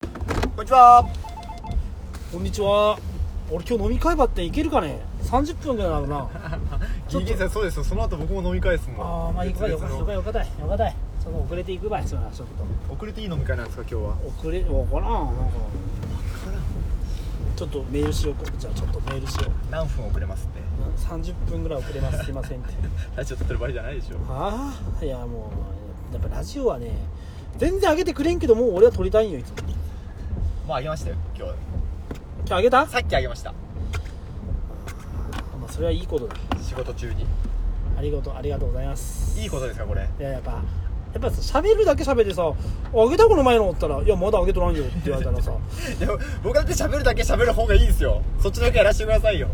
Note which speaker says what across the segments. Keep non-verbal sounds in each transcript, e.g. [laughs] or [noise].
Speaker 1: こんにちは
Speaker 2: こんにちは俺今日飲み会ばって行けるかね30分ぐらいなのな
Speaker 1: [laughs] ギリギリさんそうですよその後僕も飲み会ですもん
Speaker 2: ああまあ行くかよ
Speaker 1: 別
Speaker 2: か
Speaker 1: 々
Speaker 2: よ
Speaker 1: の
Speaker 2: かよかたいよかたいその遅れていくばいそれはちょっ
Speaker 1: 遅れていい飲み会なんですか今日は
Speaker 2: と遅れわからんなんかちょっとメールしようかじゃあちょっとメールしよ
Speaker 1: 何分遅れますって
Speaker 2: うな30分ぐらい遅れますすいませんって [laughs]
Speaker 1: ラジオ撮ってる場合じゃないでしょ
Speaker 2: ああいやもうやっぱラジオはね全然上げてくれんけどもう俺は撮りたいんよいつも
Speaker 1: まああげましたよ今日
Speaker 2: 今日上げた、ま
Speaker 1: さっきあげました
Speaker 2: あ、それはいいことだ
Speaker 1: 仕事中に
Speaker 2: ありがとうありがとうございます
Speaker 1: いいことですかこれ
Speaker 2: いややっぱやっぱさ喋るだけ喋ってさ「あげたこの前の」って言ったら「いやまだあげとらんよ」って言われた [laughs] らさ
Speaker 1: でも僕だって喋るだけ喋る方がいいですよそっちだけやらせてくださいよ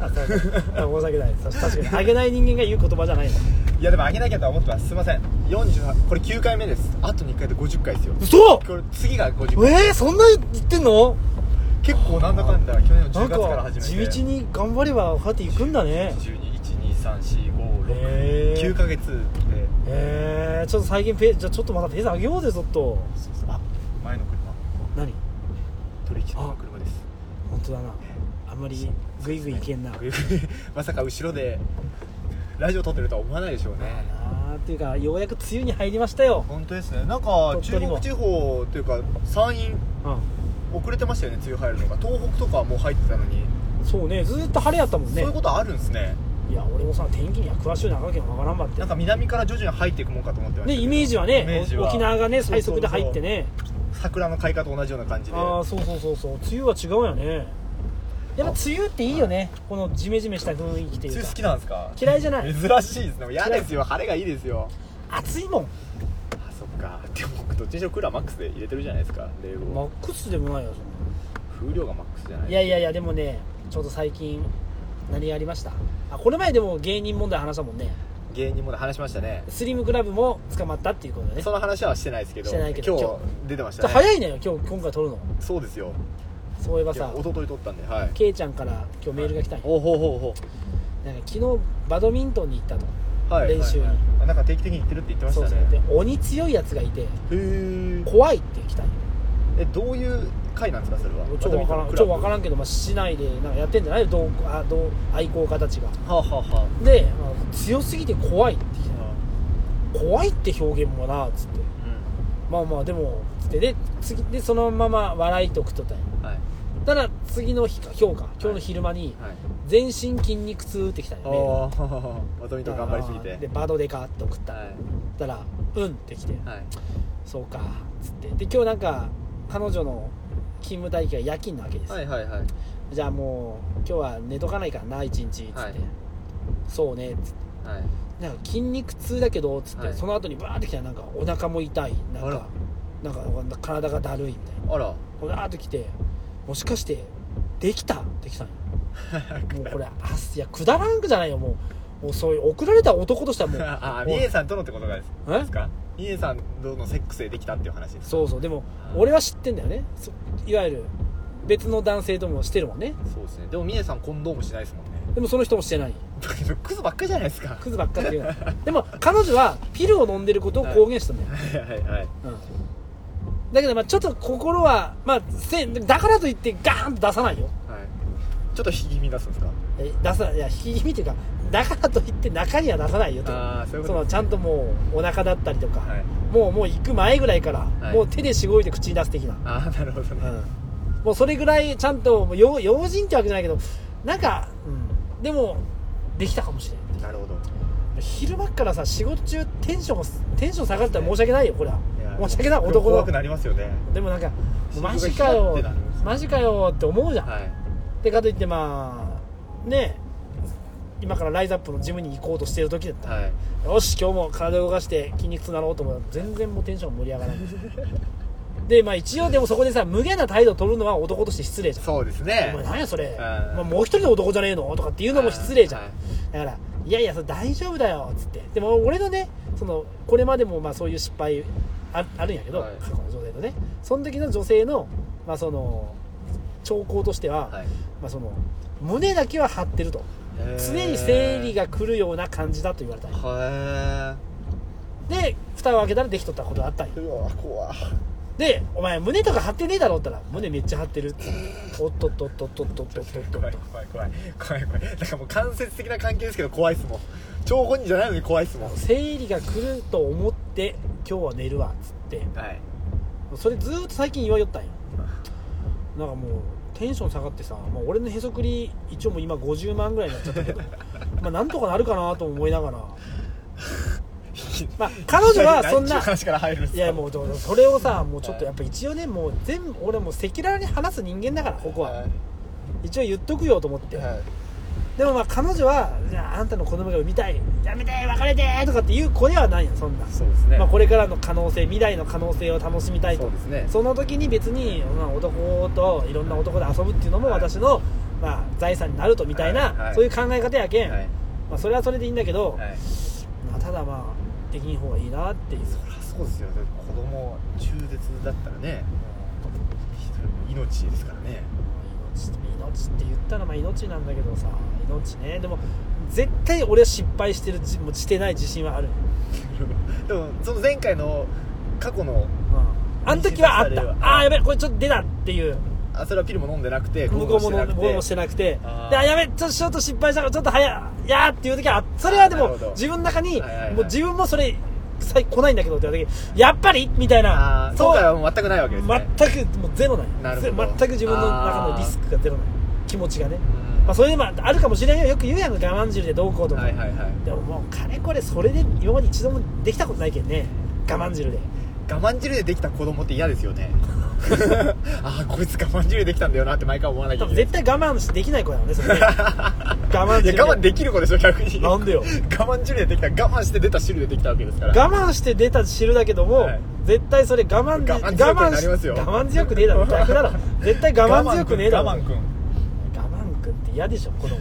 Speaker 2: あそうか申し訳ない確かにあげない人間が言う言葉じゃないの
Speaker 1: いやでもあげなきゃとは思ってますすいません48これ9回目ですあと2回で50回ですよ
Speaker 2: 嘘
Speaker 1: これ次が50回
Speaker 2: えー、そんな言ってんの
Speaker 1: 結構なんだかんだ去年の
Speaker 2: な
Speaker 1: 10
Speaker 2: ん
Speaker 1: 月から
Speaker 2: か
Speaker 1: 始めて
Speaker 2: 地道に頑張ればこうやっていくんだねへー
Speaker 1: 12123456ヶ月で
Speaker 2: えー、ちょっと最近ペーじゃあちょっとまたペース上げようぜちょっとあ
Speaker 1: 前の車
Speaker 2: 何
Speaker 1: 取引の車です
Speaker 2: 本当だなあんまりグイグイいけんな
Speaker 1: まさか後ろでラジオ撮ってるとは思わないでしょうね
Speaker 2: あーっていうかようやく梅雨に入りましたよ
Speaker 1: 本当ですねなんか
Speaker 2: 鳥
Speaker 1: 中
Speaker 2: 取も
Speaker 1: 国地方というか山陰
Speaker 2: うん
Speaker 1: 遅れてましたよね梅雨入るのが東北とかはもう入ってたのに、
Speaker 2: そうねずーっと晴れやったもん
Speaker 1: そう
Speaker 2: ね
Speaker 1: いうことあるんですね
Speaker 2: いや俺もさ天気には詳しいようになわけわからんばって
Speaker 1: なんか南から徐々に入っていくもんかと思ってました
Speaker 2: ね、
Speaker 1: けど
Speaker 2: イメージはね
Speaker 1: イメージは
Speaker 2: 沖縄がね最速で入ってね
Speaker 1: 桜の開花と同じような感じで
Speaker 2: ああそうそうそうそう梅雨は違うんやねやっぱ梅雨っていいよねこのジメジメした雰囲気とい
Speaker 1: 梅
Speaker 2: う
Speaker 1: 雨
Speaker 2: か
Speaker 1: 好きなんですか
Speaker 2: 嫌いじゃない
Speaker 1: 珍しいですね嫌ですよ晴れがいいですよ
Speaker 2: 暑いもん
Speaker 1: あそっかでも僕どっちにしろクーラーマックスで入れてるじゃないですか冷房、
Speaker 2: マックスでもないよそ
Speaker 1: 風量がマックスじゃなんい
Speaker 2: いやいやいやでもねちょうど最近何がありましたあこれ前でも芸人問題話したもんね
Speaker 1: 芸人もね話しましたね
Speaker 2: スリムクラブも捕まったっていうことだねち
Speaker 1: そ
Speaker 2: ょ
Speaker 1: の話はしてないですけど
Speaker 2: してないけど
Speaker 1: 今日出てまし
Speaker 2: っと
Speaker 1: たね
Speaker 2: 早いのよ今日今回撮るの
Speaker 1: そうですよ
Speaker 2: そういえば
Speaker 1: いや
Speaker 2: さ
Speaker 1: 一昨日撮ったんではい
Speaker 2: ケイちゃんから今日メールが来たんよ
Speaker 1: おほうほうほ
Speaker 2: なんか昨日バドミントンに行ったと
Speaker 1: うはい
Speaker 2: 練習
Speaker 1: は
Speaker 2: に
Speaker 1: いはいあなんか定期的に行ってるって言ってまし
Speaker 2: そ
Speaker 1: た
Speaker 2: うそう
Speaker 1: ね
Speaker 2: で鬼強いやつがいて
Speaker 1: へえ
Speaker 2: 怖いって来たんよ
Speaker 1: えどういう会なんですかそれは
Speaker 2: ちょっとわからんちょっとわから
Speaker 1: ん
Speaker 2: んけど、まあ、市内でなんかやってんじゃない同あ同愛好家たちが
Speaker 1: はあ、はあは
Speaker 2: で、まあ強すぎて怖いって言って
Speaker 1: あ
Speaker 2: 怖いって表現もなっつってまあまあでもつってで次でそのまま笑いとくとったんや
Speaker 1: うんはい
Speaker 2: ただ次の日か今日か今日の昼間に
Speaker 1: はい
Speaker 2: 全身筋肉痛ってきたん
Speaker 1: ああ
Speaker 2: やメールが
Speaker 1: はははバドミントン頑張りすぎて
Speaker 2: でバドでかって送ったん
Speaker 1: は
Speaker 2: や
Speaker 1: い
Speaker 2: たら「うん」ってきて
Speaker 1: はい
Speaker 2: 「そうか」つってで今日なんか彼女の勤務体系が夜勤なわけですよ
Speaker 1: はいはいはい
Speaker 2: じゃあもう今日は寝とかないからな一日っつって、
Speaker 1: はい
Speaker 2: そうねっつっ
Speaker 1: はい
Speaker 2: てなんか筋肉痛だけどっつって、
Speaker 1: はい
Speaker 2: その後にバーってきたらなんかお腹も痛いなん
Speaker 1: あ
Speaker 2: からなんかなんか体がだるいみたいな
Speaker 1: あら
Speaker 2: これバーってきてもしかしてできたってきたんよもうこれあいやくだらんくじゃないよもうもうそういう送られた男としてはも
Speaker 1: [laughs] [laughs]
Speaker 2: う
Speaker 1: あ
Speaker 2: も
Speaker 1: ミ
Speaker 2: う
Speaker 1: エさんとのってことがです
Speaker 2: え
Speaker 1: ですかミエさんとのセックスでできたっていう話です
Speaker 2: そうそうでも俺は知ってんだよねそいわゆる別の男性ともしてるもんね
Speaker 1: そうですねでもミエさんコンドームしないですもんね [laughs]
Speaker 2: でもその人もしてない
Speaker 1: クズばっかりじゃないですか
Speaker 2: クズばっかっていうのでも彼女はピルを飲んでることを公言したんだよ、
Speaker 1: はいはいはい
Speaker 2: うん、だけどまあちょっと心は、まあ、せんだからといってガーンと出さないよ
Speaker 1: ちょっと引き気味出すんですか
Speaker 2: え出さいや引き気味というかだからといって中には出さないよと
Speaker 1: あーそういうこと
Speaker 2: のちゃんともうお腹だったりとか、
Speaker 1: はい
Speaker 2: もうもう行く前ぐらいから、
Speaker 1: はい
Speaker 2: もう手でしごいて口に出す的な、
Speaker 1: ああなるほどね、
Speaker 2: うん、もうそれぐらいちゃんともう用用心ってわけじゃないけどなんか、うん、でもできたかもしれない
Speaker 1: なるほど
Speaker 2: 昼間っからさ仕事中テンションがテンション下がったら申し訳ないよこれは申し訳ない
Speaker 1: でも
Speaker 2: 男
Speaker 1: 怖く
Speaker 2: の
Speaker 1: なりますよね
Speaker 2: でもなんかもうマジ
Speaker 1: 心
Speaker 2: か
Speaker 1: 臓がヒヤ
Speaker 2: よ
Speaker 1: ってなるんですよ
Speaker 2: マジかよって思うじゃん、
Speaker 1: はい
Speaker 2: でかといってまあねえ今からライズアップのジムに行こうとしてる時だった、
Speaker 1: はい
Speaker 2: よし今日も体を動かして筋肉痛なろうと思ったら全然もうテンション盛り上がらない
Speaker 1: [laughs]
Speaker 2: でまあ一応でもそこでさ無限な態度を取るのは男として失礼じゃん
Speaker 1: そうですね
Speaker 2: お前何やそれ、
Speaker 1: うん
Speaker 2: まあ、もう一人の男じゃねえのとかっていうのも失礼じゃん、
Speaker 1: はい
Speaker 2: だから「いやいやそれ大丈夫だよ」っつってでも俺のねそのこれまでもまあそういう失敗ああるんやけど、
Speaker 1: はい
Speaker 2: 過去の女性とねその時の女性の,、まあその兆候としては、
Speaker 1: はい
Speaker 2: まあ、その胸だけは張ってると常に生理が来るような感じだと言われたんよ
Speaker 1: へえ
Speaker 2: で蓋を開けたらできとったことがあったんよ
Speaker 1: うわ怖
Speaker 2: で「お前胸とか張ってねえだろ」って言ったら「胸めっちゃ張ってる」おっとっとっとっとっとっとっとっと
Speaker 1: 怖い怖い怖い怖い怖いなんかもう間接的な関係ですけど怖いっすもん張本人じゃないのに怖いっすもんは
Speaker 2: 生理が来ると思って今日は寝るわっつって
Speaker 1: い
Speaker 2: それずーっと最近言わよったんよなんかもうテンション下がってさ、まあ、俺のへそくり一応もう今50万ぐらいになっちゃ
Speaker 1: [laughs]
Speaker 2: ったけどまあなんとかなるかなと思いながらまあ彼女はそん
Speaker 1: 何
Speaker 2: な
Speaker 1: ちゅう [laughs] 話から入るんです
Speaker 2: い
Speaker 1: か
Speaker 2: やもうでもそれをさもうちょっとやっぱ一応ねもう全部俺もう赤裸々に話す人間だからここは
Speaker 1: は
Speaker 2: 一応言っとくよと思って
Speaker 1: いはい
Speaker 2: でもまあ彼女はじゃああんたの子供が産みたいやめて別れてとかっていう子ではないよそんな
Speaker 1: そうですね
Speaker 2: まあこれからの可能性未来の可能性を楽しみたい
Speaker 1: そ
Speaker 2: と
Speaker 1: うですね
Speaker 2: その時に別に、まあ、男といろんな男で遊ぶっていうのも
Speaker 1: はい
Speaker 2: 私の、まあ、財産になるとみたいな、
Speaker 1: はいはい
Speaker 2: そういう考え方やけん、
Speaker 1: はい
Speaker 2: まあ、それはそれでいいんだけど、
Speaker 1: はい
Speaker 2: まあ、ただまあできん方がいいなっていう
Speaker 1: そりゃそうですよだって子供中絶だったらね命ですから [laughs] ね
Speaker 2: 命命って言ったらまあ命なんだけどさ命ねでも絶対俺は失敗してるじもうしてない自信はある、
Speaker 1: でもその前回の過去の
Speaker 2: うん、あの時はあ
Speaker 1: 妊娠され
Speaker 2: っ
Speaker 1: る
Speaker 2: た
Speaker 1: わ
Speaker 2: ああーやべえこれちょっと出たっていう
Speaker 1: あそれはピルも飲んでなくて
Speaker 2: 向こうもの僕もしてなくて
Speaker 1: あー
Speaker 2: であやべちょっとちょっと失敗したからちょっと早いやーっていう時はそれはで
Speaker 1: なる
Speaker 2: も
Speaker 1: ほど
Speaker 2: 自分の中に、
Speaker 1: はいはいはい
Speaker 2: もう自分もそれさ来ないんだけどって言われた時やっぱりみたい
Speaker 1: あ
Speaker 2: な
Speaker 1: ー今回はもう全くないわけですね、
Speaker 2: 全くもうゼロなんよ
Speaker 1: なるほど
Speaker 2: ぜ全く自分の中のリスクがゼロなんよ気持ちがね、
Speaker 1: うん
Speaker 2: まあ、それでもあるかもしれんよよく言うやん我慢汁でどうこうとか、
Speaker 1: はいはいはい
Speaker 2: でももうかれこれそれで今まで一度もできたことないけんね我慢汁で
Speaker 1: 我慢汁でできた子供って嫌ですよ
Speaker 2: [laughs]
Speaker 1: ねああこいつ我慢汁できたんだよなって毎回思わなきゃ
Speaker 2: 多
Speaker 1: いけ
Speaker 2: 分
Speaker 1: ない
Speaker 2: 絶対我慢しできない子やろ
Speaker 1: [laughs]
Speaker 2: ねそれね我慢
Speaker 1: い
Speaker 2: 汁
Speaker 1: や我慢できる子でしょ逆に
Speaker 2: なんでよ
Speaker 1: 我慢汁でできた我慢して出た汁でできたわけですから
Speaker 2: 我慢して出た汁だけども、
Speaker 1: はい
Speaker 2: 絶対それ我慢で
Speaker 1: 我慢強くなりますよ
Speaker 2: 我慢し我慢強くね
Speaker 1: [laughs]
Speaker 2: えだろ逆だろ絶対我慢強くねえだろ
Speaker 1: 我慢くん我慢くん
Speaker 2: 我慢くんって嫌でしょ子供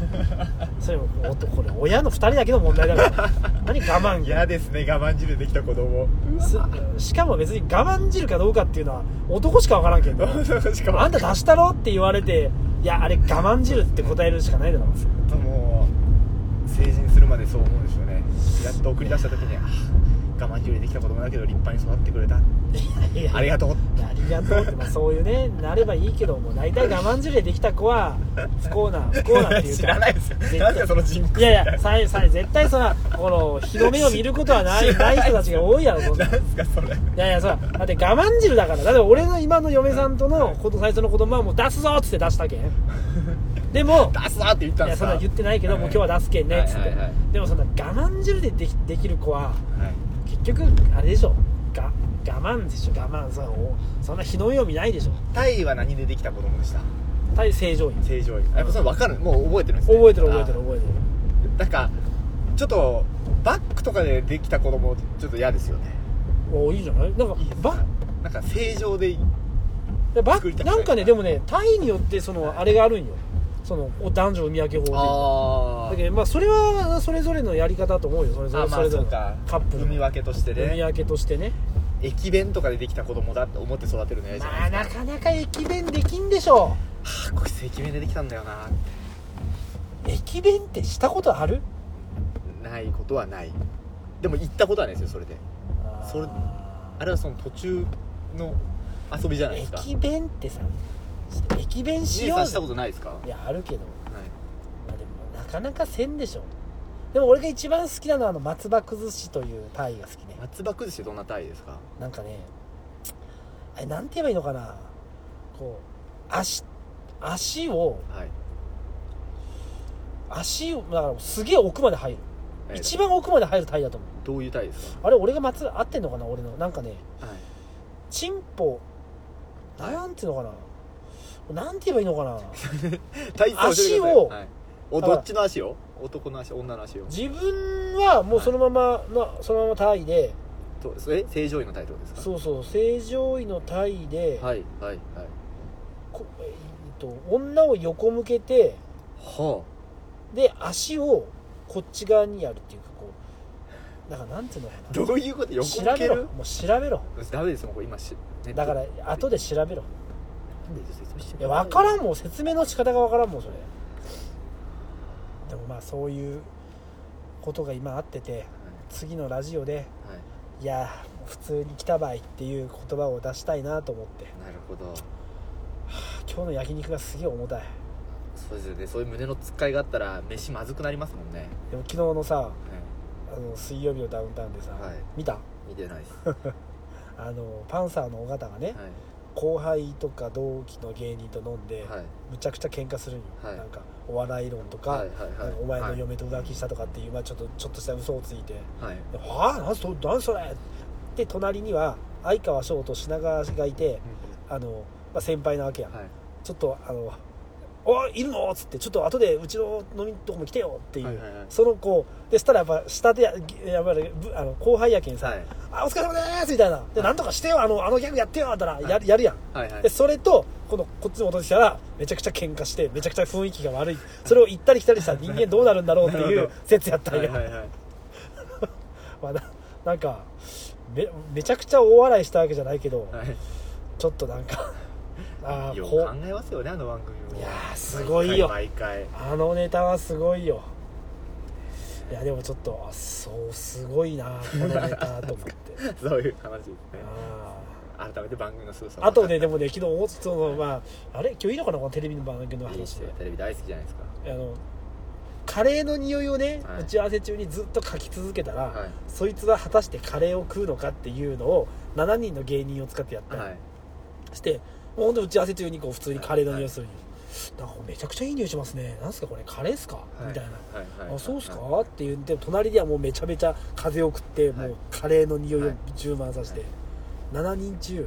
Speaker 2: それもおとこれ親の2人だけの問題だから
Speaker 1: [laughs]
Speaker 2: 何我慢
Speaker 1: 嫌ですね我慢汁でできた子供
Speaker 2: すしかも別に我慢汁かどうかっていうのは男しか分から
Speaker 1: [laughs]
Speaker 2: んけど
Speaker 1: しかも
Speaker 2: あんた出したろって言われていやあれ我慢汁って答えるしかないだろ
Speaker 1: ちょっともう成人するまでそう思うんでしょうねやっと送り出した時にあー我慢汁でできた子供だけど立派に育ってくれた
Speaker 2: いやいや
Speaker 1: [laughs] ありがとう
Speaker 2: ありがとうって、まあ、そういうねなればいいけども大体我慢汁でできた子は不幸な不幸なっていうか
Speaker 1: 知らないですよ
Speaker 2: 絶対
Speaker 1: なんでその人口
Speaker 2: いやいや、さえさえ絶対そら、この日の目を見ることはない
Speaker 1: [laughs] 知ら
Speaker 2: な
Speaker 1: ない
Speaker 2: い人たちが多いやろ、そんな。
Speaker 1: ないんすかそれ
Speaker 2: やいや、そら、だって我慢汁だから、だって俺の今の嫁さんとのこと最初の子供はもう出すぞっつって出したけん。でも、
Speaker 1: 出すなって言ったん
Speaker 2: い
Speaker 1: で
Speaker 2: や、
Speaker 1: す
Speaker 2: そん
Speaker 1: か
Speaker 2: な言ってないけど、もう今日は出すけんねっつって。でもそんな我慢汁でできできる子は、結局、あれでしょ、が我慢でしょ、我慢。そらおそんな日の目を見ないでしょ。
Speaker 1: タイは何でできた子供でした
Speaker 2: 対正常位。
Speaker 1: 正常位やっぱそれ分かるもう覚えてるんですね
Speaker 2: 覚えてる覚えてる覚えてる。
Speaker 1: あーなんかちょっとバックとかでできた子供ちょっと嫌ですよね
Speaker 2: おいいじゃないなんか
Speaker 1: いいですか
Speaker 2: バッ
Speaker 1: なんか正常でいい
Speaker 2: でバ
Speaker 1: 作りたくない
Speaker 2: なんかねでもね単位によってそのあれがあるんよそのお男女見分け法で
Speaker 1: あ
Speaker 2: だけどまあそれはそれぞれのやり方だと思うよそれぞれ
Speaker 1: あま
Speaker 2: れ
Speaker 1: あそ
Speaker 2: ぞれ
Speaker 1: う
Speaker 2: の
Speaker 1: か
Speaker 2: カップル
Speaker 1: 海分けとして
Speaker 2: 海
Speaker 1: ね
Speaker 2: 分けとしてね
Speaker 1: 駅弁とかでできた子供だって思って育てるの嫌じゃ
Speaker 2: ま
Speaker 1: な
Speaker 2: あ
Speaker 1: いで
Speaker 2: なかなか駅弁できんでしょ
Speaker 1: すかはあこいつ駅弁でできたんだよなって
Speaker 2: 駅弁ってしたことある
Speaker 1: ないことはないでも行ったことはないですよそれでそれあ
Speaker 2: あ
Speaker 1: れはその途中の遊びじゃないですか
Speaker 2: 駅弁ってさ駅弁し
Speaker 1: じい
Speaker 2: よ
Speaker 1: さ
Speaker 2: うん
Speaker 1: した
Speaker 2: ぜ
Speaker 1: ことないですか、はい
Speaker 2: やあるけどまあでもなかなかせんでしょでも俺が一番好きなのはあの松葉崩しというパイが好き
Speaker 1: い、
Speaker 2: ね
Speaker 1: 松葉崩しってどんな単位ですか
Speaker 2: なんかね、あれ、なんて言えばいいのかな、こう、足、足を、
Speaker 1: はい、
Speaker 2: 足を、だからすげえ奥まで入る。
Speaker 1: えー
Speaker 2: 一番奥まで入る体だと思う。
Speaker 1: どういう単位です
Speaker 2: あれ、俺が松、合ってんのかな、俺の。なんかね、
Speaker 1: か、はい、
Speaker 2: チンポ、
Speaker 1: はい
Speaker 2: なんていうのかな。なんて言えばいいのかな。
Speaker 1: 体操教えてください
Speaker 2: 足を
Speaker 1: はい、お
Speaker 2: だから
Speaker 1: どっちの足を男の足女の足を
Speaker 2: 自分はもうそのままの、そのまま体位で、
Speaker 1: とそれ正常位のタイトルですか
Speaker 2: そうそう、正常位の体位で、
Speaker 1: はいはいはい
Speaker 2: こえっと、女を横向けて、
Speaker 1: は
Speaker 2: で足をこっち側にやるっていうかこうだからなんていうのか
Speaker 1: あ
Speaker 2: な
Speaker 1: どういうこと横
Speaker 2: 調
Speaker 1: 向
Speaker 2: べ
Speaker 1: け
Speaker 2: ろ
Speaker 1: る
Speaker 2: もう調べろ
Speaker 1: ダメですもんこれ今しネット
Speaker 2: だから後で調べろ
Speaker 1: なんで説明して
Speaker 2: いや分から
Speaker 1: ん
Speaker 2: んもう説明の仕方が分からんもうそれでもまあそういうことが今あってて次のラジオで
Speaker 1: はい
Speaker 2: いや普通に来たばいっていう言葉を出したいなと思って
Speaker 1: なるほど
Speaker 2: 今日の焼肉がすげえ重たい
Speaker 1: そうですよねそういう胸のつっかえがあったら飯まずくなりますもんね
Speaker 2: でも昨日のさあの水曜日のダウンタウンでさ、
Speaker 1: はい
Speaker 2: 見た
Speaker 1: 見てないです
Speaker 2: あのパンサーの尾形がね、
Speaker 1: はい
Speaker 2: 後輩とか同期の芸人と飲んで、
Speaker 1: はい
Speaker 2: むちゃくちゃ喧嘩するんよ、
Speaker 1: はい
Speaker 2: なんかお笑い論とか、
Speaker 1: はいはいはい
Speaker 2: なんかお前の嫁と浮気したとかっていう、まあ、ちょっとちょっとした嘘をついて
Speaker 1: はい
Speaker 2: 「はあ何そ何それ!」で隣には相川翔と品川がいてあの、まあ、先輩なわけやん、
Speaker 1: はい
Speaker 2: ちょっとあの「おいいるの?」っつって「ちょっと後でうちの飲みのとこも来てよ」っていう、
Speaker 1: はいはいはい
Speaker 2: その子でしたらやっぱ下でややっぱりぶあの後輩やけんさ「
Speaker 1: はい
Speaker 2: あお疲れ様でーす」みたいな「でなんとかしてよあのあのギャグやってよ」って言ったらややるやん
Speaker 1: はいはい
Speaker 2: でそれとこのこっちに戻ってきたらめちゃくちゃ喧嘩してめちゃくちゃ雰囲気が悪いそれを行ったり来たりしたら人間どうなるんだろうって
Speaker 1: なる
Speaker 2: い
Speaker 1: ほ
Speaker 2: う
Speaker 1: ど
Speaker 2: 説やったん
Speaker 1: はい
Speaker 2: よ、
Speaker 1: はいはい
Speaker 2: まあ、ななんかめめちゃくちゃ大笑いしたわけじゃないけど、
Speaker 1: はい
Speaker 2: ちょっとなん
Speaker 1: [laughs]
Speaker 2: かああ
Speaker 1: よう
Speaker 2: こ
Speaker 1: 考
Speaker 2: う
Speaker 1: えますよねあの番組も
Speaker 2: いやーすごいよ
Speaker 1: 毎回毎
Speaker 2: あのネタはすごいよいやでもちょっとあそうすごいなこのネタと思って
Speaker 1: [laughs] 回
Speaker 2: [laughs]
Speaker 1: そういう話ですね
Speaker 2: あ
Speaker 1: 改めて番組の凄さ
Speaker 2: ああとねでもね昨日思ってたのは、まあ、あれ今日いいのかなこのテレビの番組の
Speaker 1: いいです
Speaker 2: 話
Speaker 1: よテレビ大好きじゃないですか
Speaker 2: あのカレーの匂いをね、
Speaker 1: はい
Speaker 2: 打ち合わせ中にずっと書き続けたら、
Speaker 1: はい
Speaker 2: そいつは果たしてカレーを食うのかっていうのを7人の芸人を使ってやったり
Speaker 1: はい
Speaker 2: して、もうほんと打ち合わせ中にこう普通にカレーの匂いするに、なんかめちゃくちゃいい匂いしますねなんすかこれカレーっすか、みたいな、
Speaker 1: はいはい
Speaker 2: あそうっすか、
Speaker 1: は
Speaker 2: って言って隣ではもうめちゃめちゃ風を食って、
Speaker 1: はい
Speaker 2: もうカレーの匂いを
Speaker 1: はい
Speaker 2: 充満させて、
Speaker 1: は
Speaker 2: 7人中
Speaker 1: い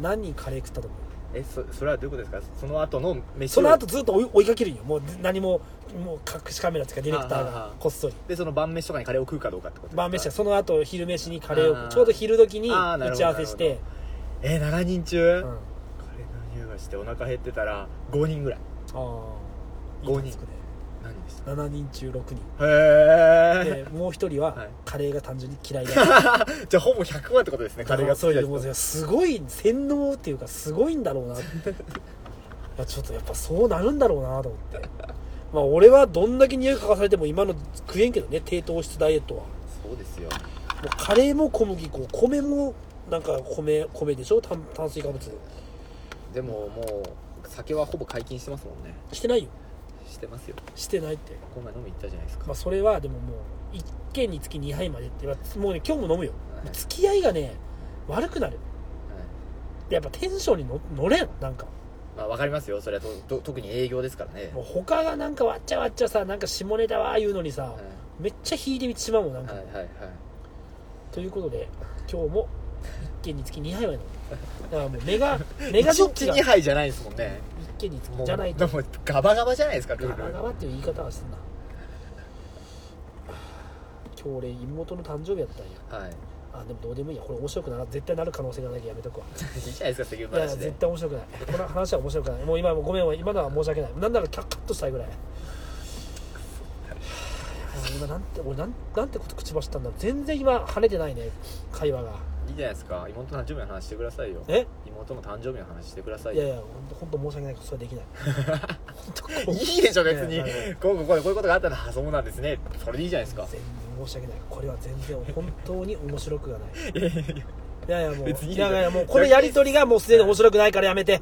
Speaker 2: 何人カレー食ったと思う
Speaker 1: えそそれはどういうことですかその後の飯を
Speaker 2: その後ずっと追い追いかけるんよもう何ももう隠しカメラとかディレクタ
Speaker 1: はあは
Speaker 2: ー
Speaker 1: あは
Speaker 2: が
Speaker 1: あ
Speaker 2: こっそり
Speaker 1: でその晩飯とかにカレーを食うかどうかってことですか
Speaker 2: 晩飯はその後昼飯にカレー
Speaker 1: あ
Speaker 2: を
Speaker 1: ー
Speaker 2: ちょうど昼時に
Speaker 1: あーなるほ
Speaker 2: 打
Speaker 1: ど
Speaker 2: ち合わせして、
Speaker 1: え7人中、
Speaker 2: うん、
Speaker 1: カレー
Speaker 2: あ
Speaker 1: の匂いがしてお腹減ってたら5人ぐらい
Speaker 2: あ
Speaker 1: 五人
Speaker 2: ね
Speaker 1: 何でし
Speaker 2: 7人中6人
Speaker 1: たへ [laughs]
Speaker 2: でもう一人は
Speaker 1: はい
Speaker 2: カレーが単純に嫌いで
Speaker 1: えじゃあほぼ100万ってことです [laughs] ねカレーが
Speaker 2: そう
Speaker 1: 好き
Speaker 2: い
Speaker 1: な
Speaker 2: うも
Speaker 1: 人
Speaker 2: うすごい洗脳っていうかすごいんだろうなって [laughs] いやちょっとやっぱそうなるんだろうなと思ってまあ俺はどんだけ匂い嗅がされても今の食えんけどね低糖質ダイエットはも
Speaker 1: そうですよ
Speaker 2: うカレーも小麦粉米もなんか米米でしょ炭炭水化物
Speaker 1: でももう酒はほぼ解禁してますもんね
Speaker 2: してないよ
Speaker 1: してますよ
Speaker 2: してないって
Speaker 1: この前飲み行ったじゃないですか、
Speaker 2: まあ、それはでももう1軒につき2杯までってもうね今日も飲むよ、
Speaker 1: はい
Speaker 2: もう付き合いがね悪くなる
Speaker 1: はい
Speaker 2: でやっぱテンションにの乗れんなんか
Speaker 1: まあわかりますよそれはとと特に営業ですからね
Speaker 2: もう他がなんかわっちゃわっちゃさなんか下ネタわー言うのにさ、
Speaker 1: はい
Speaker 2: めっちゃ引いてみてしまうもんなんか、
Speaker 1: はいはいはい
Speaker 2: ということで今日も1軒につき2杯まで飲むだからもう
Speaker 1: [laughs]
Speaker 2: メガメガジョッキ
Speaker 1: 1
Speaker 2: が
Speaker 1: 日2
Speaker 2: 1
Speaker 1: 杯じゃないですもんね
Speaker 2: 軒につ
Speaker 1: も
Speaker 2: き
Speaker 1: う
Speaker 2: じゃない
Speaker 1: で
Speaker 2: と
Speaker 1: もガバガバじゃないですかル
Speaker 2: ガ
Speaker 1: ー
Speaker 2: バ
Speaker 1: ル
Speaker 2: ガバっていう言い方はすんな今日俺妹の誕生日やったんや
Speaker 1: はい
Speaker 2: あでもどうでもいいやこれ面白くなら絶対なる可能性がないけどやめとくわ
Speaker 1: いいじゃないですか世間
Speaker 2: いや
Speaker 1: 話で
Speaker 2: 絶対面白くないこの話は面白くないもう今もうごめん今のは申し訳ないなんならカッとしたいぐ [sighs] らいはあ今なんて俺なんなんてこと口走ったんだ全然今跳ねてないね会話が
Speaker 1: いいじゃないですか妹の誕生日の話してくださいよ
Speaker 2: え
Speaker 1: 妹の誕生日の話してください
Speaker 2: いやい
Speaker 1: よ
Speaker 2: や本当申し訳ないけどそれはできない本当こう
Speaker 1: [laughs] いいでしょ別
Speaker 2: い
Speaker 1: に
Speaker 2: やいやいや
Speaker 1: こうこうこうこういうことがあったらあそうなんですねそれでいいじゃないですか
Speaker 2: 全然申し訳ないこれは全然本当に面白くがない
Speaker 1: [laughs] いやいやいや
Speaker 2: いやいやもう
Speaker 1: 別にいい
Speaker 2: い
Speaker 1: じゃん
Speaker 2: やいやもうこのやり取りがもうすでに面白くないからや
Speaker 1: [laughs]
Speaker 2: めて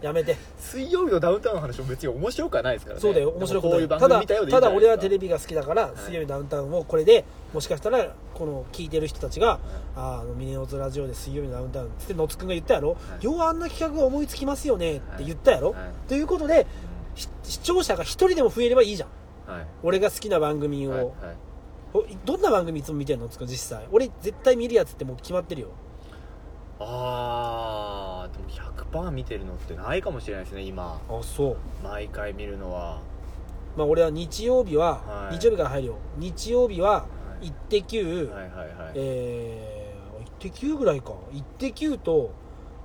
Speaker 2: やめて
Speaker 1: 水曜日のダウンタウンの話も別に面白くはないですからね
Speaker 2: そうだよ面白
Speaker 1: で
Speaker 2: く
Speaker 1: もこういう
Speaker 2: な
Speaker 1: 番
Speaker 2: いた
Speaker 1: 組
Speaker 2: だ
Speaker 1: 見たようでいいじゃ
Speaker 2: ただ
Speaker 1: ないです
Speaker 2: 俺
Speaker 1: か
Speaker 2: はテレビが好きだから「水曜日ダウンタウン」をこれでもしかしたらこの聞いてる人たちが「あーあのミネオズラジオで水曜日のダウンタウン」って野津くんが言ったやろ「
Speaker 1: い
Speaker 2: ようあんな企画が思いつきますよね」って言ったやろ、
Speaker 1: はい
Speaker 2: ということでし視聴者が一人でも増えればいいじゃん
Speaker 1: うんはい
Speaker 2: 俺が好きな番組を、
Speaker 1: はいはい
Speaker 2: おどんな番組いつも見てんのつくん実際俺絶対見るやつってもう決まってるよ
Speaker 1: あーでも100%見てるのってないかもしれないですね今
Speaker 2: あそう
Speaker 1: 毎回見るのは
Speaker 2: まあ俺は日曜日は、
Speaker 1: はい
Speaker 2: 日曜日から入るよ日曜日は「
Speaker 1: はい
Speaker 2: イッテ Q」
Speaker 1: はいはいはい
Speaker 2: えー、イッテ Q ぐらいかイッテ Q と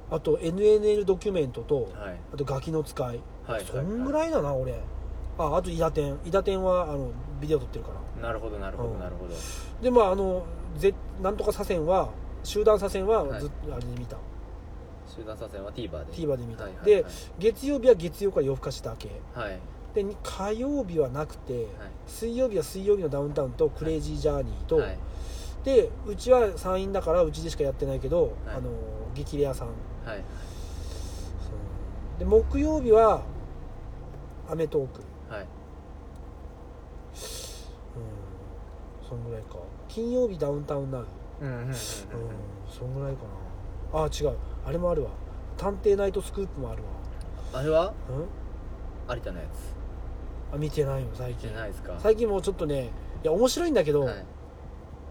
Speaker 2: あと NNL ドキュメントと、
Speaker 1: はい
Speaker 2: あとガキの使い、
Speaker 1: はい
Speaker 2: そんぐらいだな俺ああと伊ダ天伊ダ天はあのビデオ撮ってるから
Speaker 1: なるほどなるほ
Speaker 2: う
Speaker 1: ど
Speaker 2: ん
Speaker 1: なるほど
Speaker 2: でまああのぜなんとか左遷は集団左遷は
Speaker 1: はい
Speaker 2: ずっとあれで見た、
Speaker 1: 集団左遷は TVer で
Speaker 2: TVer で見た、
Speaker 1: はいはいはい
Speaker 2: で月曜日は月曜から夜更かしだけ
Speaker 1: はいはい
Speaker 2: でに火曜日はなくて、水曜日は水曜日のダウンタウンとクレイジージャーニーと、
Speaker 1: はい
Speaker 2: でうちは参院だからうちでしかやってないけど、
Speaker 1: はい
Speaker 2: あの激レアさん
Speaker 1: はい
Speaker 2: で木曜日は『アメトーーク』
Speaker 1: はい
Speaker 2: うんそんぐらいか金曜日ダウンタウンナウ
Speaker 1: うんうんうんうん
Speaker 2: うん、そんぐらいかなあ違うあれもあるわ探偵ナイトスクープもあるわ
Speaker 1: あれは
Speaker 2: うん
Speaker 1: 有田のやつ
Speaker 2: あ見てないよ最
Speaker 1: じ
Speaker 2: 近
Speaker 1: ゃないですか
Speaker 2: 最近もうちょっとねいや面白いんだけど、
Speaker 1: はい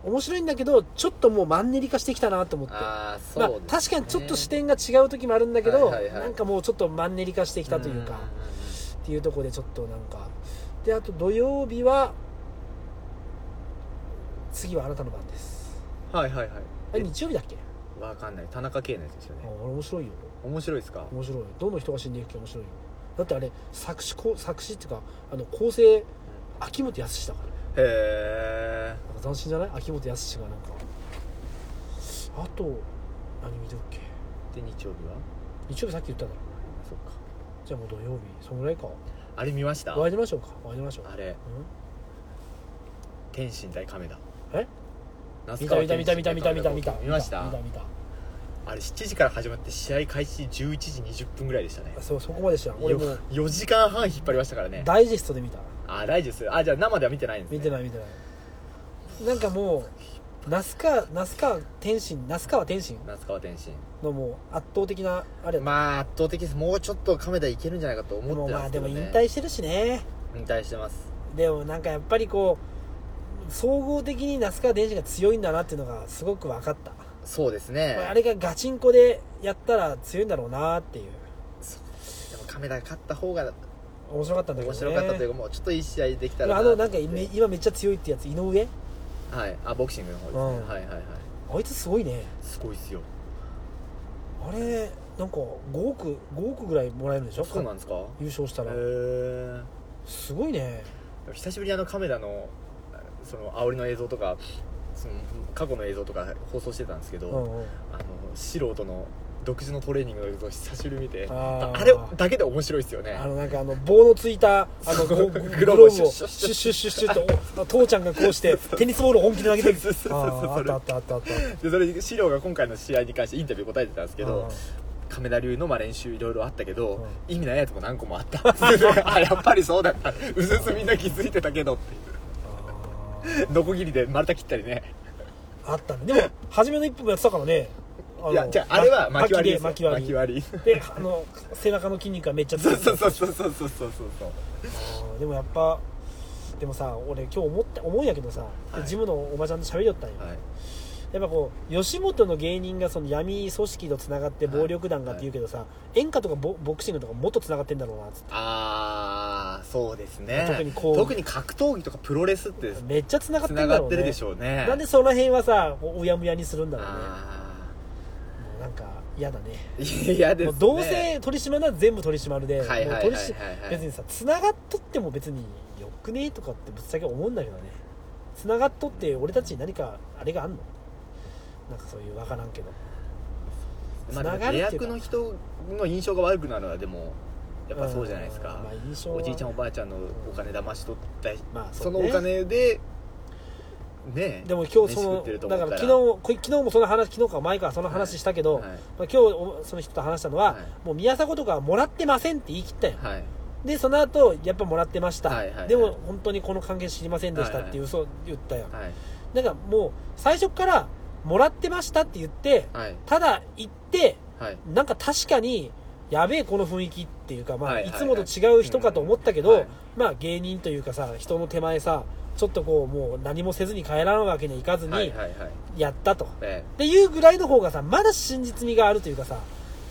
Speaker 2: 面白いんだけどちょっともうマンネリ化してきたなと思って
Speaker 1: ああそう
Speaker 2: まあ
Speaker 1: ですね
Speaker 2: 確かにちょっと視点が違う時もあるんだけど、
Speaker 1: はいはいはい
Speaker 2: なんかもうちょっとマンネリ化してきたという
Speaker 1: ん
Speaker 2: か、
Speaker 1: んんうん
Speaker 2: っていうところでちょっとなんかであと土曜日は次はあなたの番です
Speaker 1: はいはいはい
Speaker 2: あれ日曜日だっけ
Speaker 1: えわかんない田中圭のやつですよ
Speaker 2: あ
Speaker 1: ね
Speaker 2: あれ面白いよ
Speaker 1: 面白いですか
Speaker 2: 面白いどの人が死んでいくか面白いよだってあれ作詞こう作詞っていうかあの構成秋元康だからね
Speaker 1: へえ
Speaker 2: なんか斬新じゃない秋元康がなんかあと何見とっけ
Speaker 1: で日曜日は
Speaker 2: 日曜日さっき言っただろ
Speaker 1: そっか
Speaker 2: じゃあもう土曜日そんぐらいか
Speaker 1: あれ見ました
Speaker 2: 終わりましょうか終わりましょう
Speaker 1: あれ
Speaker 2: うん
Speaker 1: 天心対亀田
Speaker 2: え
Speaker 1: 夏
Speaker 2: 見た
Speaker 1: 川
Speaker 2: 見た見た見
Speaker 1: 天心
Speaker 2: た
Speaker 1: 対亀
Speaker 2: 見た
Speaker 1: 田
Speaker 2: 見た見た
Speaker 1: 見ました
Speaker 2: 見た見た
Speaker 1: あれ7時から始まって試合開始11時20分ぐらいでしたね
Speaker 2: あそうそこまでした俺
Speaker 1: よ
Speaker 2: もう
Speaker 1: 4時間半引っ張りましたからね
Speaker 2: ダイジェストで見た
Speaker 1: あ大丈夫ですあじゃあ生では見てないんです、ね、
Speaker 2: 見てないい見てないなんかもう那須川那須川天心那須川天心
Speaker 1: 夏川天心
Speaker 2: のもう圧倒的なあれだった
Speaker 1: まあ圧倒的ですもうちょっと亀田いけるんじゃないかと思
Speaker 2: で
Speaker 1: っ
Speaker 2: も
Speaker 1: て
Speaker 2: ま
Speaker 1: た
Speaker 2: あ
Speaker 1: ん
Speaker 2: で
Speaker 1: です
Speaker 2: も
Speaker 1: けど、
Speaker 2: 引
Speaker 1: ね、
Speaker 2: 退してるしね
Speaker 1: 引退してます
Speaker 2: でもなんかやっぱりこう総合的に那須川天心が強いんだなっていうのがすごく分かった、
Speaker 1: そうですね
Speaker 2: あれがガチンコでやったら強いんだろうなっていう
Speaker 1: でも亀田が勝った方が
Speaker 2: 面白かったんだけ
Speaker 1: 面
Speaker 2: どね
Speaker 1: 白かったというかもうちょっといい試合できたら
Speaker 2: あ
Speaker 1: と
Speaker 2: の
Speaker 1: 思
Speaker 2: な
Speaker 1: っ
Speaker 2: んか
Speaker 1: て
Speaker 2: め今めっちゃ強いってやつ井上
Speaker 1: はいあボクシングの方ですね、
Speaker 2: うん
Speaker 1: はいはいはい
Speaker 2: あいつすごいね
Speaker 1: すごいっすよ
Speaker 2: あれなんか5億5億ぐらいもらえるんでしょ
Speaker 1: そうなんですかへ
Speaker 2: 優勝したら
Speaker 1: え
Speaker 2: すごいね
Speaker 1: 久しぶりにあの亀田のあその煽りの映像とかその過去の映像とか放送してたんですけど、
Speaker 2: うんうん
Speaker 1: あの素人の独自のトレーニングの映像を久しぶりに見て
Speaker 2: あ
Speaker 1: あ
Speaker 2: ー
Speaker 1: れだけで面白いですよね
Speaker 2: あのなんかあの棒のついたあの
Speaker 1: そう
Speaker 2: ゴゴ
Speaker 1: グ
Speaker 2: グ
Speaker 1: ロ
Speaker 2: ロ
Speaker 1: ー
Speaker 2: ー
Speaker 1: ブ
Speaker 2: ブ
Speaker 1: を
Speaker 2: を
Speaker 1: シ
Speaker 2: シ
Speaker 1: ュ
Speaker 2: ュ
Speaker 1: ッ
Speaker 2: ッ
Speaker 1: シ
Speaker 2: シ
Speaker 1: ュッ
Speaker 2: ュッ
Speaker 1: シュッ
Speaker 2: シュッシュッとお父ちゃんがこうしてテニスボールを本気で投げてる
Speaker 1: そうそうそうそう
Speaker 2: あーあったあったあったあった
Speaker 1: でそれで資料が今回の試合に関してインタビュー答えてたんですけ
Speaker 2: あ
Speaker 1: ど
Speaker 2: ー
Speaker 1: 亀田流のまあ練習いろいろあったけど、意味ないやつも何個もあったあやっぱりそうだったうずうずみんな気づいてたけどっていう
Speaker 2: あ
Speaker 1: ノコギリで丸太切ったりね
Speaker 2: ーあったねでも初めの一歩もやってたからねの
Speaker 1: いやじゃああれは巻き割りですよ
Speaker 2: 巻きで巻
Speaker 1: 巻き
Speaker 2: き割
Speaker 1: 割り
Speaker 2: りであの背中の筋肉がめっちゃつ
Speaker 1: そう
Speaker 2: いて
Speaker 1: そう
Speaker 2: る
Speaker 1: そうそうそうそうそうそう
Speaker 2: あーでもやっぱでもさ俺今日思った思うんやけどさ、
Speaker 1: はい
Speaker 2: ジムのおばちゃんと喋りよったんよ、
Speaker 1: はい
Speaker 2: やっぱこう吉本の芸人がその闇組織とつながって暴力団がって言うけどさ、演歌とかボボクシングとかもっとつながってんだろうなっつって
Speaker 1: ああそうですね
Speaker 2: 特にこう
Speaker 1: 特に格闘技とかプロレスって
Speaker 2: めっちゃつながって
Speaker 1: つ
Speaker 2: んだ
Speaker 1: な
Speaker 2: ろ
Speaker 1: が
Speaker 2: うね
Speaker 1: ってるでしょうね
Speaker 2: なんでその辺はさこううやむやにするんだろうね
Speaker 1: あ
Speaker 2: もうなんか嫌だね
Speaker 1: ーいやです
Speaker 2: も
Speaker 1: ね
Speaker 2: うどうせ取り締まるなら全部取り締まるで、
Speaker 1: はいはいはいはい
Speaker 2: もう取りし別にさつながっとっても別によくねとかってぶっちゃけ思うんだけどねつながっとって俺たちに何かあれがあんのなんかそういう分からんけど
Speaker 1: まあ、
Speaker 2: つな
Speaker 1: で
Speaker 2: が
Speaker 1: も
Speaker 2: る
Speaker 1: 出
Speaker 2: っていうか
Speaker 1: 役の人の印象が悪くなるのはでもやっぱそうじゃないです
Speaker 2: う
Speaker 1: か
Speaker 2: んまあ、印象は
Speaker 1: おじいちゃんおばあちゃんのお金騙し取ったり
Speaker 2: まあ
Speaker 1: そ,、
Speaker 2: そうね
Speaker 1: のお金でね
Speaker 2: でも今日そ
Speaker 1: 飯食
Speaker 2: の
Speaker 1: ってると思
Speaker 2: だ
Speaker 1: っ
Speaker 2: か
Speaker 1: たら
Speaker 2: ら昨日こ昨日もその話昨日か前からその話したけど、
Speaker 1: はいはい
Speaker 2: まあ、今日おその人と話したのは、
Speaker 1: はい
Speaker 2: もう宮迫とかはもらってませんって言い切ったよ
Speaker 1: はい
Speaker 2: でその後やっぱもらってました、
Speaker 1: はいはいはい
Speaker 2: でも本当にこの関係知りませんでしたっていう嘘を言ったよ、
Speaker 1: はい
Speaker 2: だからもう最初からもらってましたって言って
Speaker 1: はい
Speaker 2: ただ行って
Speaker 1: はい
Speaker 2: なんか確かにやべえこの雰囲気っていうか、まあ、
Speaker 1: はいはい
Speaker 2: い
Speaker 1: はい
Speaker 2: つもと違う人かと思ったけど、
Speaker 1: うんはい
Speaker 2: まあ芸人というかさ人の手前さちょっとこうもう何もせずに帰らんわけにはいかず
Speaker 1: はい
Speaker 2: に
Speaker 1: はいはい
Speaker 2: やったと、
Speaker 1: え
Speaker 2: っていうぐらいの方がさまだ真実味があるというかさ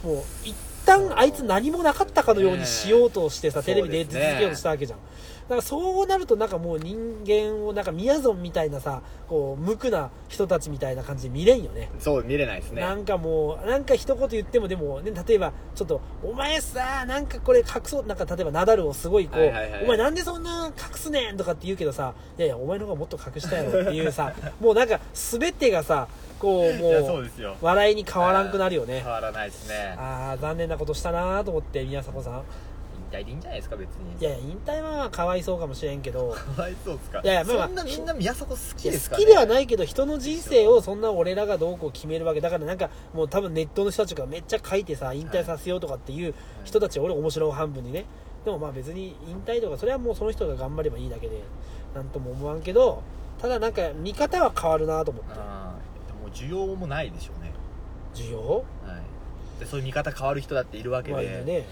Speaker 2: もう一旦あいつ何もなかったかのようにしようとしてさ、
Speaker 1: ね
Speaker 2: テレビで
Speaker 1: そう
Speaker 2: 続
Speaker 1: ですね
Speaker 2: けようとしたわけじゃん、だからそうなるとなんかもう人間をなんかみやぞんみたいなさこう無垢な人たちみたいな感じで見れんよね
Speaker 1: えそう見れないですね
Speaker 2: なんかもうなんか一言言ってもでも、ね、例えばちょっと「お前さなんかこれ隠そう」なんか例えばナダルをすごいこう、
Speaker 1: はいはいはい
Speaker 2: お前なんでそんな隠すねん」とかって言うけどさ「いやいやお前の方がもっと隠したやろ」っていう
Speaker 1: [laughs]
Speaker 2: さもうなんか全てがさこう
Speaker 1: いやそ
Speaker 2: も
Speaker 1: う
Speaker 2: う
Speaker 1: ですよ
Speaker 2: 笑いに変わらんくなるよね
Speaker 1: 変わらないですね
Speaker 2: ああー残念なことしたなーと思って宮迫さん
Speaker 1: 退でいいんじゃないですか別に
Speaker 2: いやいや引退はかわいそうかもしれんけど
Speaker 1: かわいそうっすか
Speaker 2: いやいやまあまあ
Speaker 1: そんなみんな宮迫好きですか
Speaker 2: 好
Speaker 1: ら、ね、
Speaker 2: きではないけど人の人生をそんな俺らがどうこう決めるわけだからなんかもう多分ネットの人たちがめっちゃ書いてさ引退させようとかっていう人たち俺面白半分にねでもまあ別に引退とかそれはもうその人が頑張ればいいだけでなんとも思わんけどただなんか見方は変わるなと思って
Speaker 1: ああもう需要もないでしょうね
Speaker 2: 需要
Speaker 1: はいでそういう見方変わる人だっているわけ
Speaker 2: まあいい
Speaker 1: で、
Speaker 2: ね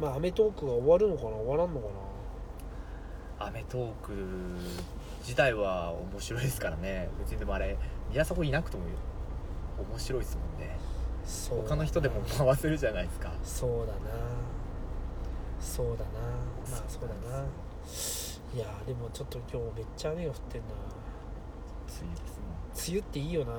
Speaker 2: まあ『アメトーーク』が終わるのかな終わらんのかな
Speaker 1: アメトーク自体は面白いですからね別にでもあれ宮迫いなくても面白いですもんね
Speaker 2: そう
Speaker 1: 他の人でも回せるじゃないですか
Speaker 2: そうだなそうだなまあそうだないやーでもちょっと今日めっちゃ雨が降ってんな
Speaker 1: 梅雨ですも
Speaker 2: 梅雨っていいよなん
Speaker 1: い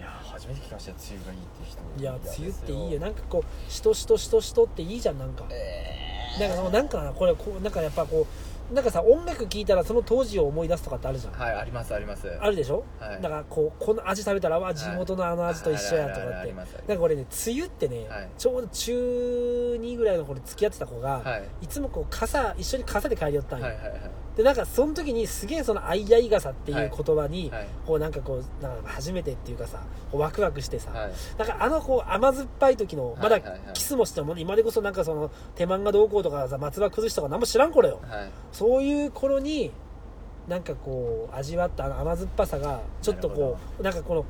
Speaker 1: やー初めて聞きましたよ梅雨がいいって人
Speaker 2: いや梅雨っていいよ
Speaker 1: な
Speaker 2: なんかこうしとしとしとしとっていいじゃんなんか
Speaker 1: え
Speaker 2: なんかそのなんかなこれこうなんかやっぱこうなんかさ音楽聴いたらその当時を思い出すとかってあるじゃん、
Speaker 1: ーはいありますあります
Speaker 2: あるでしょ、
Speaker 1: はい
Speaker 2: だからこうこの味食べたらわ地元のあの味と一緒や
Speaker 1: あるあ
Speaker 2: とか
Speaker 1: るあるあ
Speaker 2: って
Speaker 1: り
Speaker 2: な
Speaker 1: ますあります
Speaker 2: んか俺ね梅雨ってね、
Speaker 1: はい
Speaker 2: ちょうど中2ぐらいの頃付き合ってた子が、
Speaker 1: はい
Speaker 2: いつもこう傘一緒に傘で帰りよったんよ、
Speaker 1: はいはいはい
Speaker 2: でなんかその時にすげえその「あいあい傘」っていう言葉に、
Speaker 1: はい
Speaker 2: こうなんかこうなんか初めてっていうかさこうワクワクしてさ、
Speaker 1: はい
Speaker 2: なんかあのこう甘酸っぱい時のまだ
Speaker 1: はいはいはい
Speaker 2: キスもしても、今でこそなんかその手満がどうこうとかさ松葉崩しとか何も知らんこれよ
Speaker 1: はい
Speaker 2: そういう頃になんかこう味わったあの甘酸っぱさがちょっと
Speaker 1: なる
Speaker 2: こ
Speaker 1: ほ
Speaker 2: うなんかこの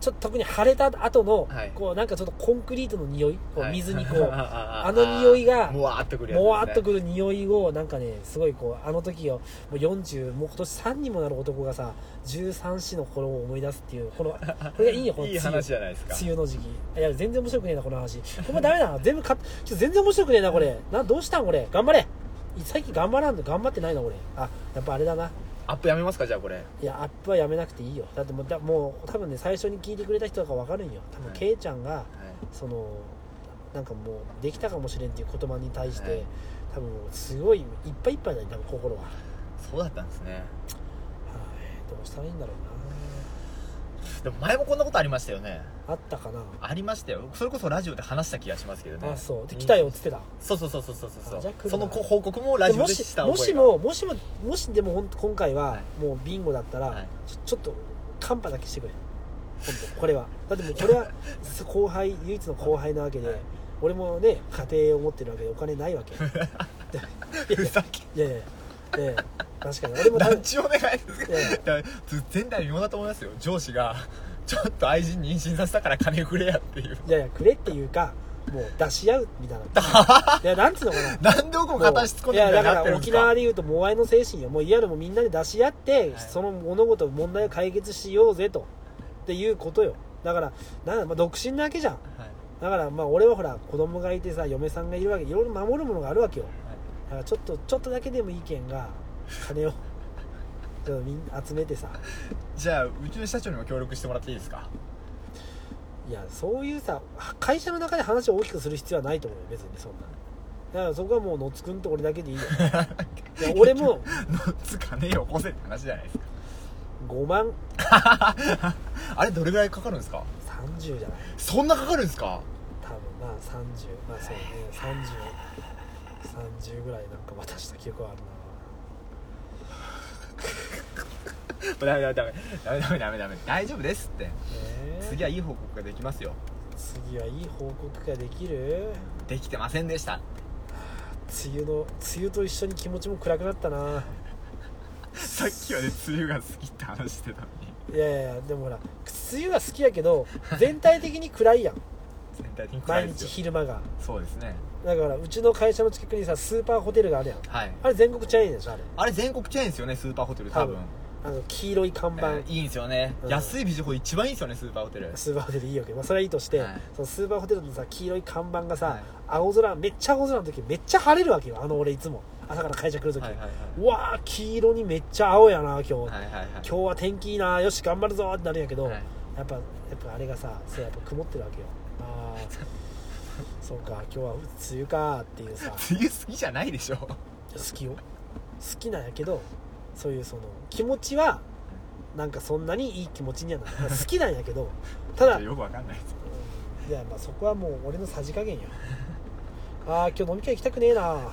Speaker 2: ちょっと特に腫れた後の、
Speaker 1: はい
Speaker 2: こうなんかちょっとコンクリートの匂いこう
Speaker 1: はい
Speaker 2: 水にこう、
Speaker 1: [laughs] あ
Speaker 2: あの匂いが
Speaker 1: もわーっとくるやつですね
Speaker 2: もわっとくる匂いをなんかねすごいこうあの時をもう40もう今年3にもなる男がさ13死の頃を思い出すっていうこのこれがいいよこ
Speaker 1: [laughs]
Speaker 2: の
Speaker 1: いい話じゃないですか
Speaker 2: 梅雨の時期いや全然面白くねえなこの話これダメだな全部カットちょっと全然面白くねえなこれなどうしたんこれ頑張れ最近頑張らんの頑張ってないな俺あやっぱあれだな
Speaker 1: アップやめますかじゃあこれ
Speaker 2: いやアップはやめなくていいよだってもうだもう多分ね最初に聞いてくれた人が分かるんよ多分
Speaker 1: はい
Speaker 2: ケイちゃんがそのなんかもうできたかもしれんっていう言葉に対して、
Speaker 1: はい
Speaker 2: 多分すごいいっぱいいっぱいだよ多分心は、はい、
Speaker 1: そうだったんですね
Speaker 2: どうしたらいいんだろう
Speaker 1: でも前もこんなことありましたよね
Speaker 2: なあったかな、
Speaker 1: ありましたよそれこそラジオで話した気がしますけどね
Speaker 2: あそうで来たよっつってた、
Speaker 1: そうそうそうそうそう
Speaker 2: あじゃあ来る
Speaker 1: そう
Speaker 2: な
Speaker 1: その報告もラ
Speaker 2: で
Speaker 1: ジオ
Speaker 2: も
Speaker 1: で
Speaker 2: し
Speaker 1: した
Speaker 2: もし
Speaker 1: 覚えが
Speaker 2: ももしももしでもほんと今回は
Speaker 1: は
Speaker 2: もうビンゴだったら、
Speaker 1: はい
Speaker 2: ちょちょっとカンパだけしてくれ本当これはだってもうこ
Speaker 1: [laughs]
Speaker 2: れは後輩唯一の後輩なわけで、
Speaker 1: はい
Speaker 2: 俺もね家庭を持ってるわけでお金ない
Speaker 1: [laughs]
Speaker 2: わけ
Speaker 1: ふざけ
Speaker 2: いやいやいやいや確かに俺
Speaker 1: [laughs]
Speaker 2: も多分
Speaker 1: 団地お願いです
Speaker 2: いやいや
Speaker 1: だから前代未聞だと思いますよ上司がちょっと愛人に妊娠させたから金くれやっていう
Speaker 2: いやいやくれっていうかもう出し合うみ
Speaker 1: [laughs]
Speaker 2: たいないやなんつうのかな
Speaker 1: なんで僕も
Speaker 2: もう
Speaker 1: 片足突っ込ん
Speaker 2: い
Speaker 1: で
Speaker 2: や
Speaker 1: みたいに
Speaker 2: だ
Speaker 1: な
Speaker 2: か
Speaker 1: って
Speaker 2: ら
Speaker 1: るんで
Speaker 2: 沖
Speaker 1: すか
Speaker 2: 縄でいうとモアイの精神よもういやでもみんなで出し合って、
Speaker 1: はい
Speaker 2: その物事問題を解決しようぜとっていうことよだからなんだ、まあ、独身なわけじゃん
Speaker 1: はい
Speaker 2: だからまあ俺はほら子供がいてさ嫁さんがいるわけいろいろ守るものがあるわけよだからちょっとちょっとだけでも意見が金を [laughs] ちょっとみん集めてさ
Speaker 1: じゃあうちの社長にも協力してもらっていいですか
Speaker 2: いやそういうさ会社の中で話を大きくする必要はないと思うよ別にそんなだからそこはもう野津君と俺だけでいいよいや [laughs] 俺
Speaker 1: [laughs]
Speaker 2: も
Speaker 1: のつかねえよこせって話じゃないですか
Speaker 2: 5万
Speaker 1: あれどれぐらいかかるんですか
Speaker 2: 30じゃない
Speaker 1: そんなかかるんですか
Speaker 2: 多分まあ30まあそうね3030ぐらいなんか渡した記憶はある
Speaker 1: ダメダメダメダメダメダメダメ大丈夫ですって
Speaker 2: な
Speaker 1: 次はいい報告ができますよ
Speaker 2: 次はいい報告ができる
Speaker 1: できてませんでした
Speaker 2: 梅雨の梅雨と一緒に気持ちも暗くなったな
Speaker 1: さっきはね梅雨が好きって話してたのに
Speaker 2: いやいやでもほら梅雨は好きやけど全体的に暗いやん
Speaker 1: 全体的に [laughs] 暗い
Speaker 2: 毎
Speaker 1: です
Speaker 2: 日
Speaker 1: よ
Speaker 2: 昼間が
Speaker 1: そうですね
Speaker 2: だからうちの会社の近くにさスーパーホテルがあるやん
Speaker 1: はい
Speaker 2: あれ全国チェーンでしょあれ
Speaker 1: あれ全国チェーンですよねスーパーホテル多分
Speaker 2: 多あの黄色い看板、
Speaker 1: えーいいんですよね、
Speaker 2: うん
Speaker 1: 安いビジホ一番いいんですよねスーパーホテル
Speaker 2: スーパーホテルいいわけ、まあ、それはいいとして、
Speaker 1: はい
Speaker 2: そのスーパーホテルのさ黄色い看板がさ、
Speaker 1: はい
Speaker 2: 青空めっちゃ青空の時めっちゃ晴れるわけよあの俺いつも朝から会社来る時、
Speaker 1: はいはいはいう
Speaker 2: わー黄色にめっちゃ青やな今日、
Speaker 1: はいはいはい
Speaker 2: 今日は天気いいなよし頑張るぞってなるんやけど、
Speaker 1: はい
Speaker 2: やっぱやっぱあれがさそうやっぱ曇ってるわけよあ
Speaker 1: [laughs]
Speaker 2: あそうか今日は梅雨かーっていうさ
Speaker 1: 梅雨好きじゃないでしょ
Speaker 2: 好きよ好きなんやけどそういうその気持ちはなんかそんなにいい気持ちにはならない好きなんやけどただ
Speaker 1: よくわかんないです
Speaker 3: [laughs]
Speaker 2: いやまあそこはもう俺のさじ加減よああ今日飲み会行きたくねえな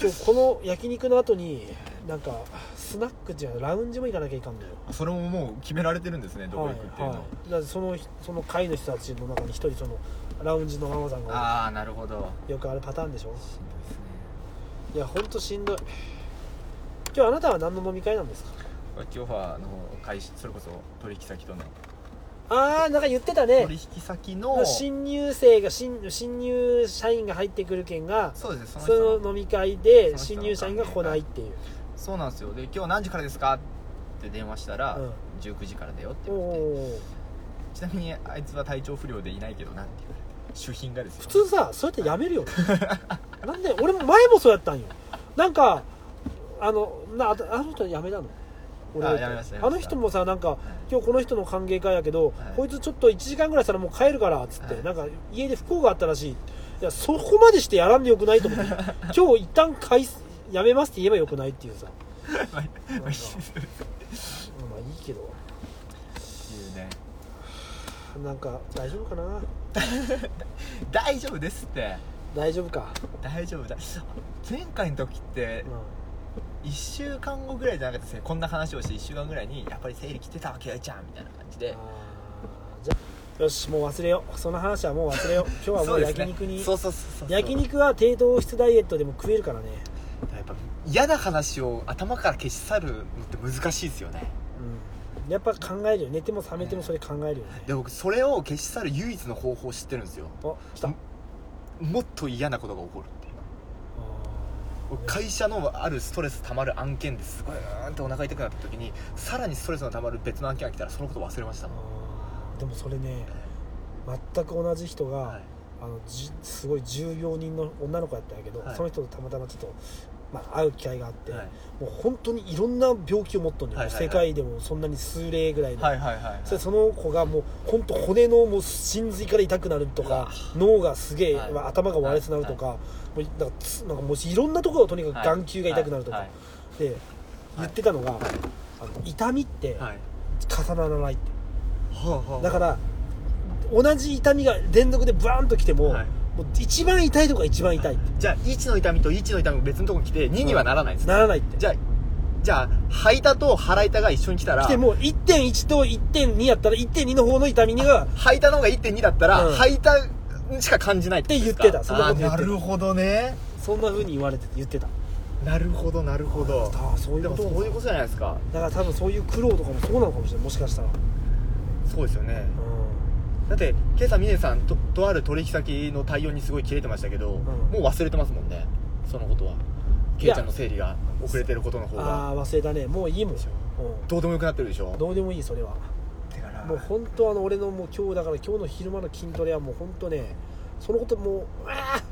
Speaker 2: 今日この焼肉の後になんかスナックじゃないラウンジも行かなきゃいかんのよ
Speaker 3: それももう決められてるんですねどこ行くっていうの、
Speaker 2: はいはい、だからそのその会の人たちの中に一人そのラウンジのママさんが
Speaker 1: ああなるほど
Speaker 2: よくあるパターンでし
Speaker 1: し
Speaker 2: ょ
Speaker 1: んどいですね
Speaker 2: いやほんとしんどい今日あなたは何の飲み会なんですか
Speaker 1: これ今日はあの会社それこそ取引先との
Speaker 2: ああなんか言ってたね
Speaker 1: 取引先の
Speaker 2: 新入生が新新入社員が入ってくる件が
Speaker 1: そうですねその人の
Speaker 2: その飲み会で
Speaker 1: そ
Speaker 2: 新
Speaker 1: の人の
Speaker 2: 入社員が来ないっていう
Speaker 1: そうなんですよで今日何時からですかって電話したら、
Speaker 2: うん
Speaker 1: 19時からだよって
Speaker 2: お
Speaker 1: 言われて
Speaker 2: おー
Speaker 1: ちなみにあいつは体調不良でいないけどなって言われて主品がですよ
Speaker 2: 普通さそうやってやめるよね [laughs] なんで俺も前もそうやったんよなんかあのなああの人やめたの
Speaker 1: あやめましたやめました
Speaker 2: あの人もさなんか今日この人の歓迎会やけど、
Speaker 1: はい
Speaker 2: こいつちょっと1時間ぐらいしたらもう帰るからっつって、
Speaker 1: はい
Speaker 2: なんか家で不幸があったらしいいやそこまでしてやらんでよくないと思って
Speaker 1: [laughs]
Speaker 2: 今日一旦解散やめますって言えばよくないっていうさ
Speaker 1: [laughs] まあ
Speaker 2: なん
Speaker 1: まあ
Speaker 2: か
Speaker 1: いいですって
Speaker 2: まあいいけど
Speaker 1: いうね
Speaker 2: なんか大丈夫かな
Speaker 1: 大丈夫ですって
Speaker 2: 大丈夫か、
Speaker 1: 大丈夫だ前回の時って
Speaker 2: うん
Speaker 1: 1週間後ぐらいじゃなくてですねこんな話をして1週間ぐらいにやっぱり生理来てたわけやちゃんみたいな感じで
Speaker 2: あーじゃあよしもう忘れようその話はもう忘れよ
Speaker 1: [laughs]
Speaker 2: う今日はも
Speaker 1: そう
Speaker 2: う
Speaker 1: です
Speaker 2: 焼
Speaker 1: ね
Speaker 2: 肉に、
Speaker 1: そうそうそうそう
Speaker 2: 焼肉は低糖質ダイエットでも食えるからね
Speaker 1: やっぱ嫌な話を頭から消し去るのって難しいですよね
Speaker 2: うんやっぱ考えるよ寝ても覚めてもそれ考えるよね、
Speaker 1: で僕それを消し去る唯一の方法を知ってるんですよ
Speaker 2: あ来たあ
Speaker 1: もっと嫌なことが起こるっていう
Speaker 2: ー
Speaker 1: 僕会社のあるストレスたまる案件ですごいうーんってお腹痛くなった時にさらにストレスのたまる別の案件が来たらそのこと忘れましたもん
Speaker 2: あーでもそれね全く同じ人が、
Speaker 1: はい
Speaker 2: あのじすごい重病人の女の子やったんやけど、
Speaker 1: はい
Speaker 2: その人とたまたまちょっと、まあ、会う機会があって、
Speaker 1: はい
Speaker 2: もう本当にいろんな病気を持っとんねん、
Speaker 1: はいはいはい
Speaker 2: 世界でもそんなに数例ぐらいの、
Speaker 1: はいはいはい
Speaker 2: それその子がもう本当骨のもう心髄から痛くなると
Speaker 1: うわ
Speaker 2: か脳がすげえ、
Speaker 1: はい
Speaker 2: まあ頭が割れそうになるとか,、もうなんかつなんかもういろんなところとにかく眼球が痛くなるとか、
Speaker 1: はい
Speaker 2: で言ってたのが、あの痛みって
Speaker 1: はいはい
Speaker 2: 重ならないって、
Speaker 1: はあはあ
Speaker 2: だから同じ痛みが連続でバーンときても,、
Speaker 1: はい
Speaker 2: もう一番痛いとこが一番痛いって
Speaker 1: じゃあ1の痛みと1の痛みが別のとこに来て2にはならないんですね、
Speaker 2: ならないって
Speaker 1: じゃあじゃあ吐いたと腹痛が一緒に来たら
Speaker 2: でもう1.1と1.2やったら1.2の方の痛みにはっ
Speaker 1: 吐いたの方が1.2だったら、
Speaker 2: うん
Speaker 1: 吐いたしか感じないって
Speaker 2: 言ってたそんな
Speaker 1: ああ
Speaker 2: こと
Speaker 1: ー
Speaker 2: 言っ
Speaker 1: な
Speaker 2: てた
Speaker 1: るほどね
Speaker 2: そんな風に言われてて言ってた
Speaker 1: なるほどなるほど
Speaker 2: ああそうい
Speaker 1: で
Speaker 2: うこ
Speaker 1: もそ
Speaker 2: と
Speaker 1: ういうことじゃないですか
Speaker 2: だから多分そういう苦労とかもそうなのかもしれないもしかしたら
Speaker 3: そうですよね
Speaker 2: う
Speaker 3: だって今朝峰さんととある取引先の対応にすごいキレてましたけど、もう忘れてますもんねそのことはケイちゃんの整理が遅れてることの方
Speaker 2: ん、
Speaker 3: が
Speaker 2: ああ忘れたねもういいもん、う
Speaker 3: どうでもよくなってるでしょ
Speaker 2: ん、どうでもいいそれは
Speaker 1: だから
Speaker 2: もう本当あの俺のもう今日だから今日の昼間の筋トレはもう本当ねそのこともう「うわあ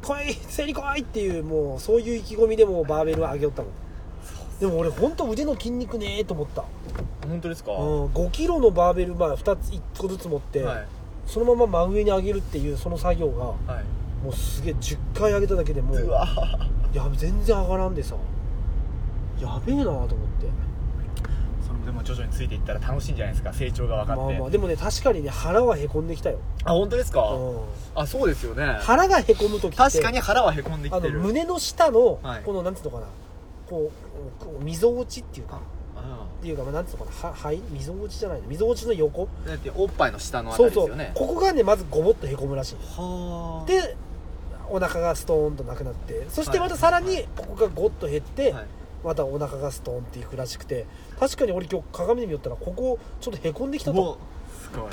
Speaker 2: 来い生理来い!」っていうもうそういう意気込みでもうバーベルを上げよったもんでも俺本当腕の筋肉ねえと思った、
Speaker 3: 本当ですか、
Speaker 2: うん、5キロのバーベルまあ2つ1個ずつ持って、
Speaker 1: はい
Speaker 2: そのまま真上に上げるっていうその作業がも
Speaker 1: はいう
Speaker 2: すげえ10回上げただけでもう
Speaker 1: うわ
Speaker 2: やべ全然上がらんでさやべえなと思って
Speaker 1: それもでも徐々についていったら楽しいんじゃないですか成長が分かって、
Speaker 2: まあまあでもね確かにね腹はへこんできたよ、
Speaker 1: あ本当ですか、
Speaker 2: う
Speaker 1: あそうですよね
Speaker 2: ん、腹がへこむ時って
Speaker 1: 確かに腹はへこんで
Speaker 2: あ
Speaker 1: きて
Speaker 2: の
Speaker 1: る
Speaker 2: 胸の下の
Speaker 1: はい
Speaker 2: このなんていうのかなこうこう溝落ちっていうか
Speaker 1: あ
Speaker 2: っていうかまあなんていうのかなは肺溝落ちじゃないの溝落ちの横
Speaker 1: あだっておっぱいの下のあた
Speaker 2: そ
Speaker 1: り
Speaker 2: う
Speaker 1: です
Speaker 2: そう
Speaker 1: よね
Speaker 2: ここがねまずゴボッとへこむらしい
Speaker 1: はあ
Speaker 2: でお腹がストーンとなくなってそしてまたさらにここがゴッと減って、
Speaker 1: はい
Speaker 2: またお腹がストーンっていくらしくて確かに俺今日鏡で見よったらここちょっとへこんできたと
Speaker 1: もうすご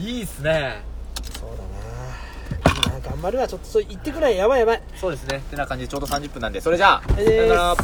Speaker 1: いいいっすね
Speaker 2: そうだないいな頑張るわちょっとそう言ってくらいやばいやばい
Speaker 1: そうですねてな感じでちょうど30分なんでそれじゃあ、
Speaker 2: ありがとうござ
Speaker 1: さよ
Speaker 2: います
Speaker 1: なら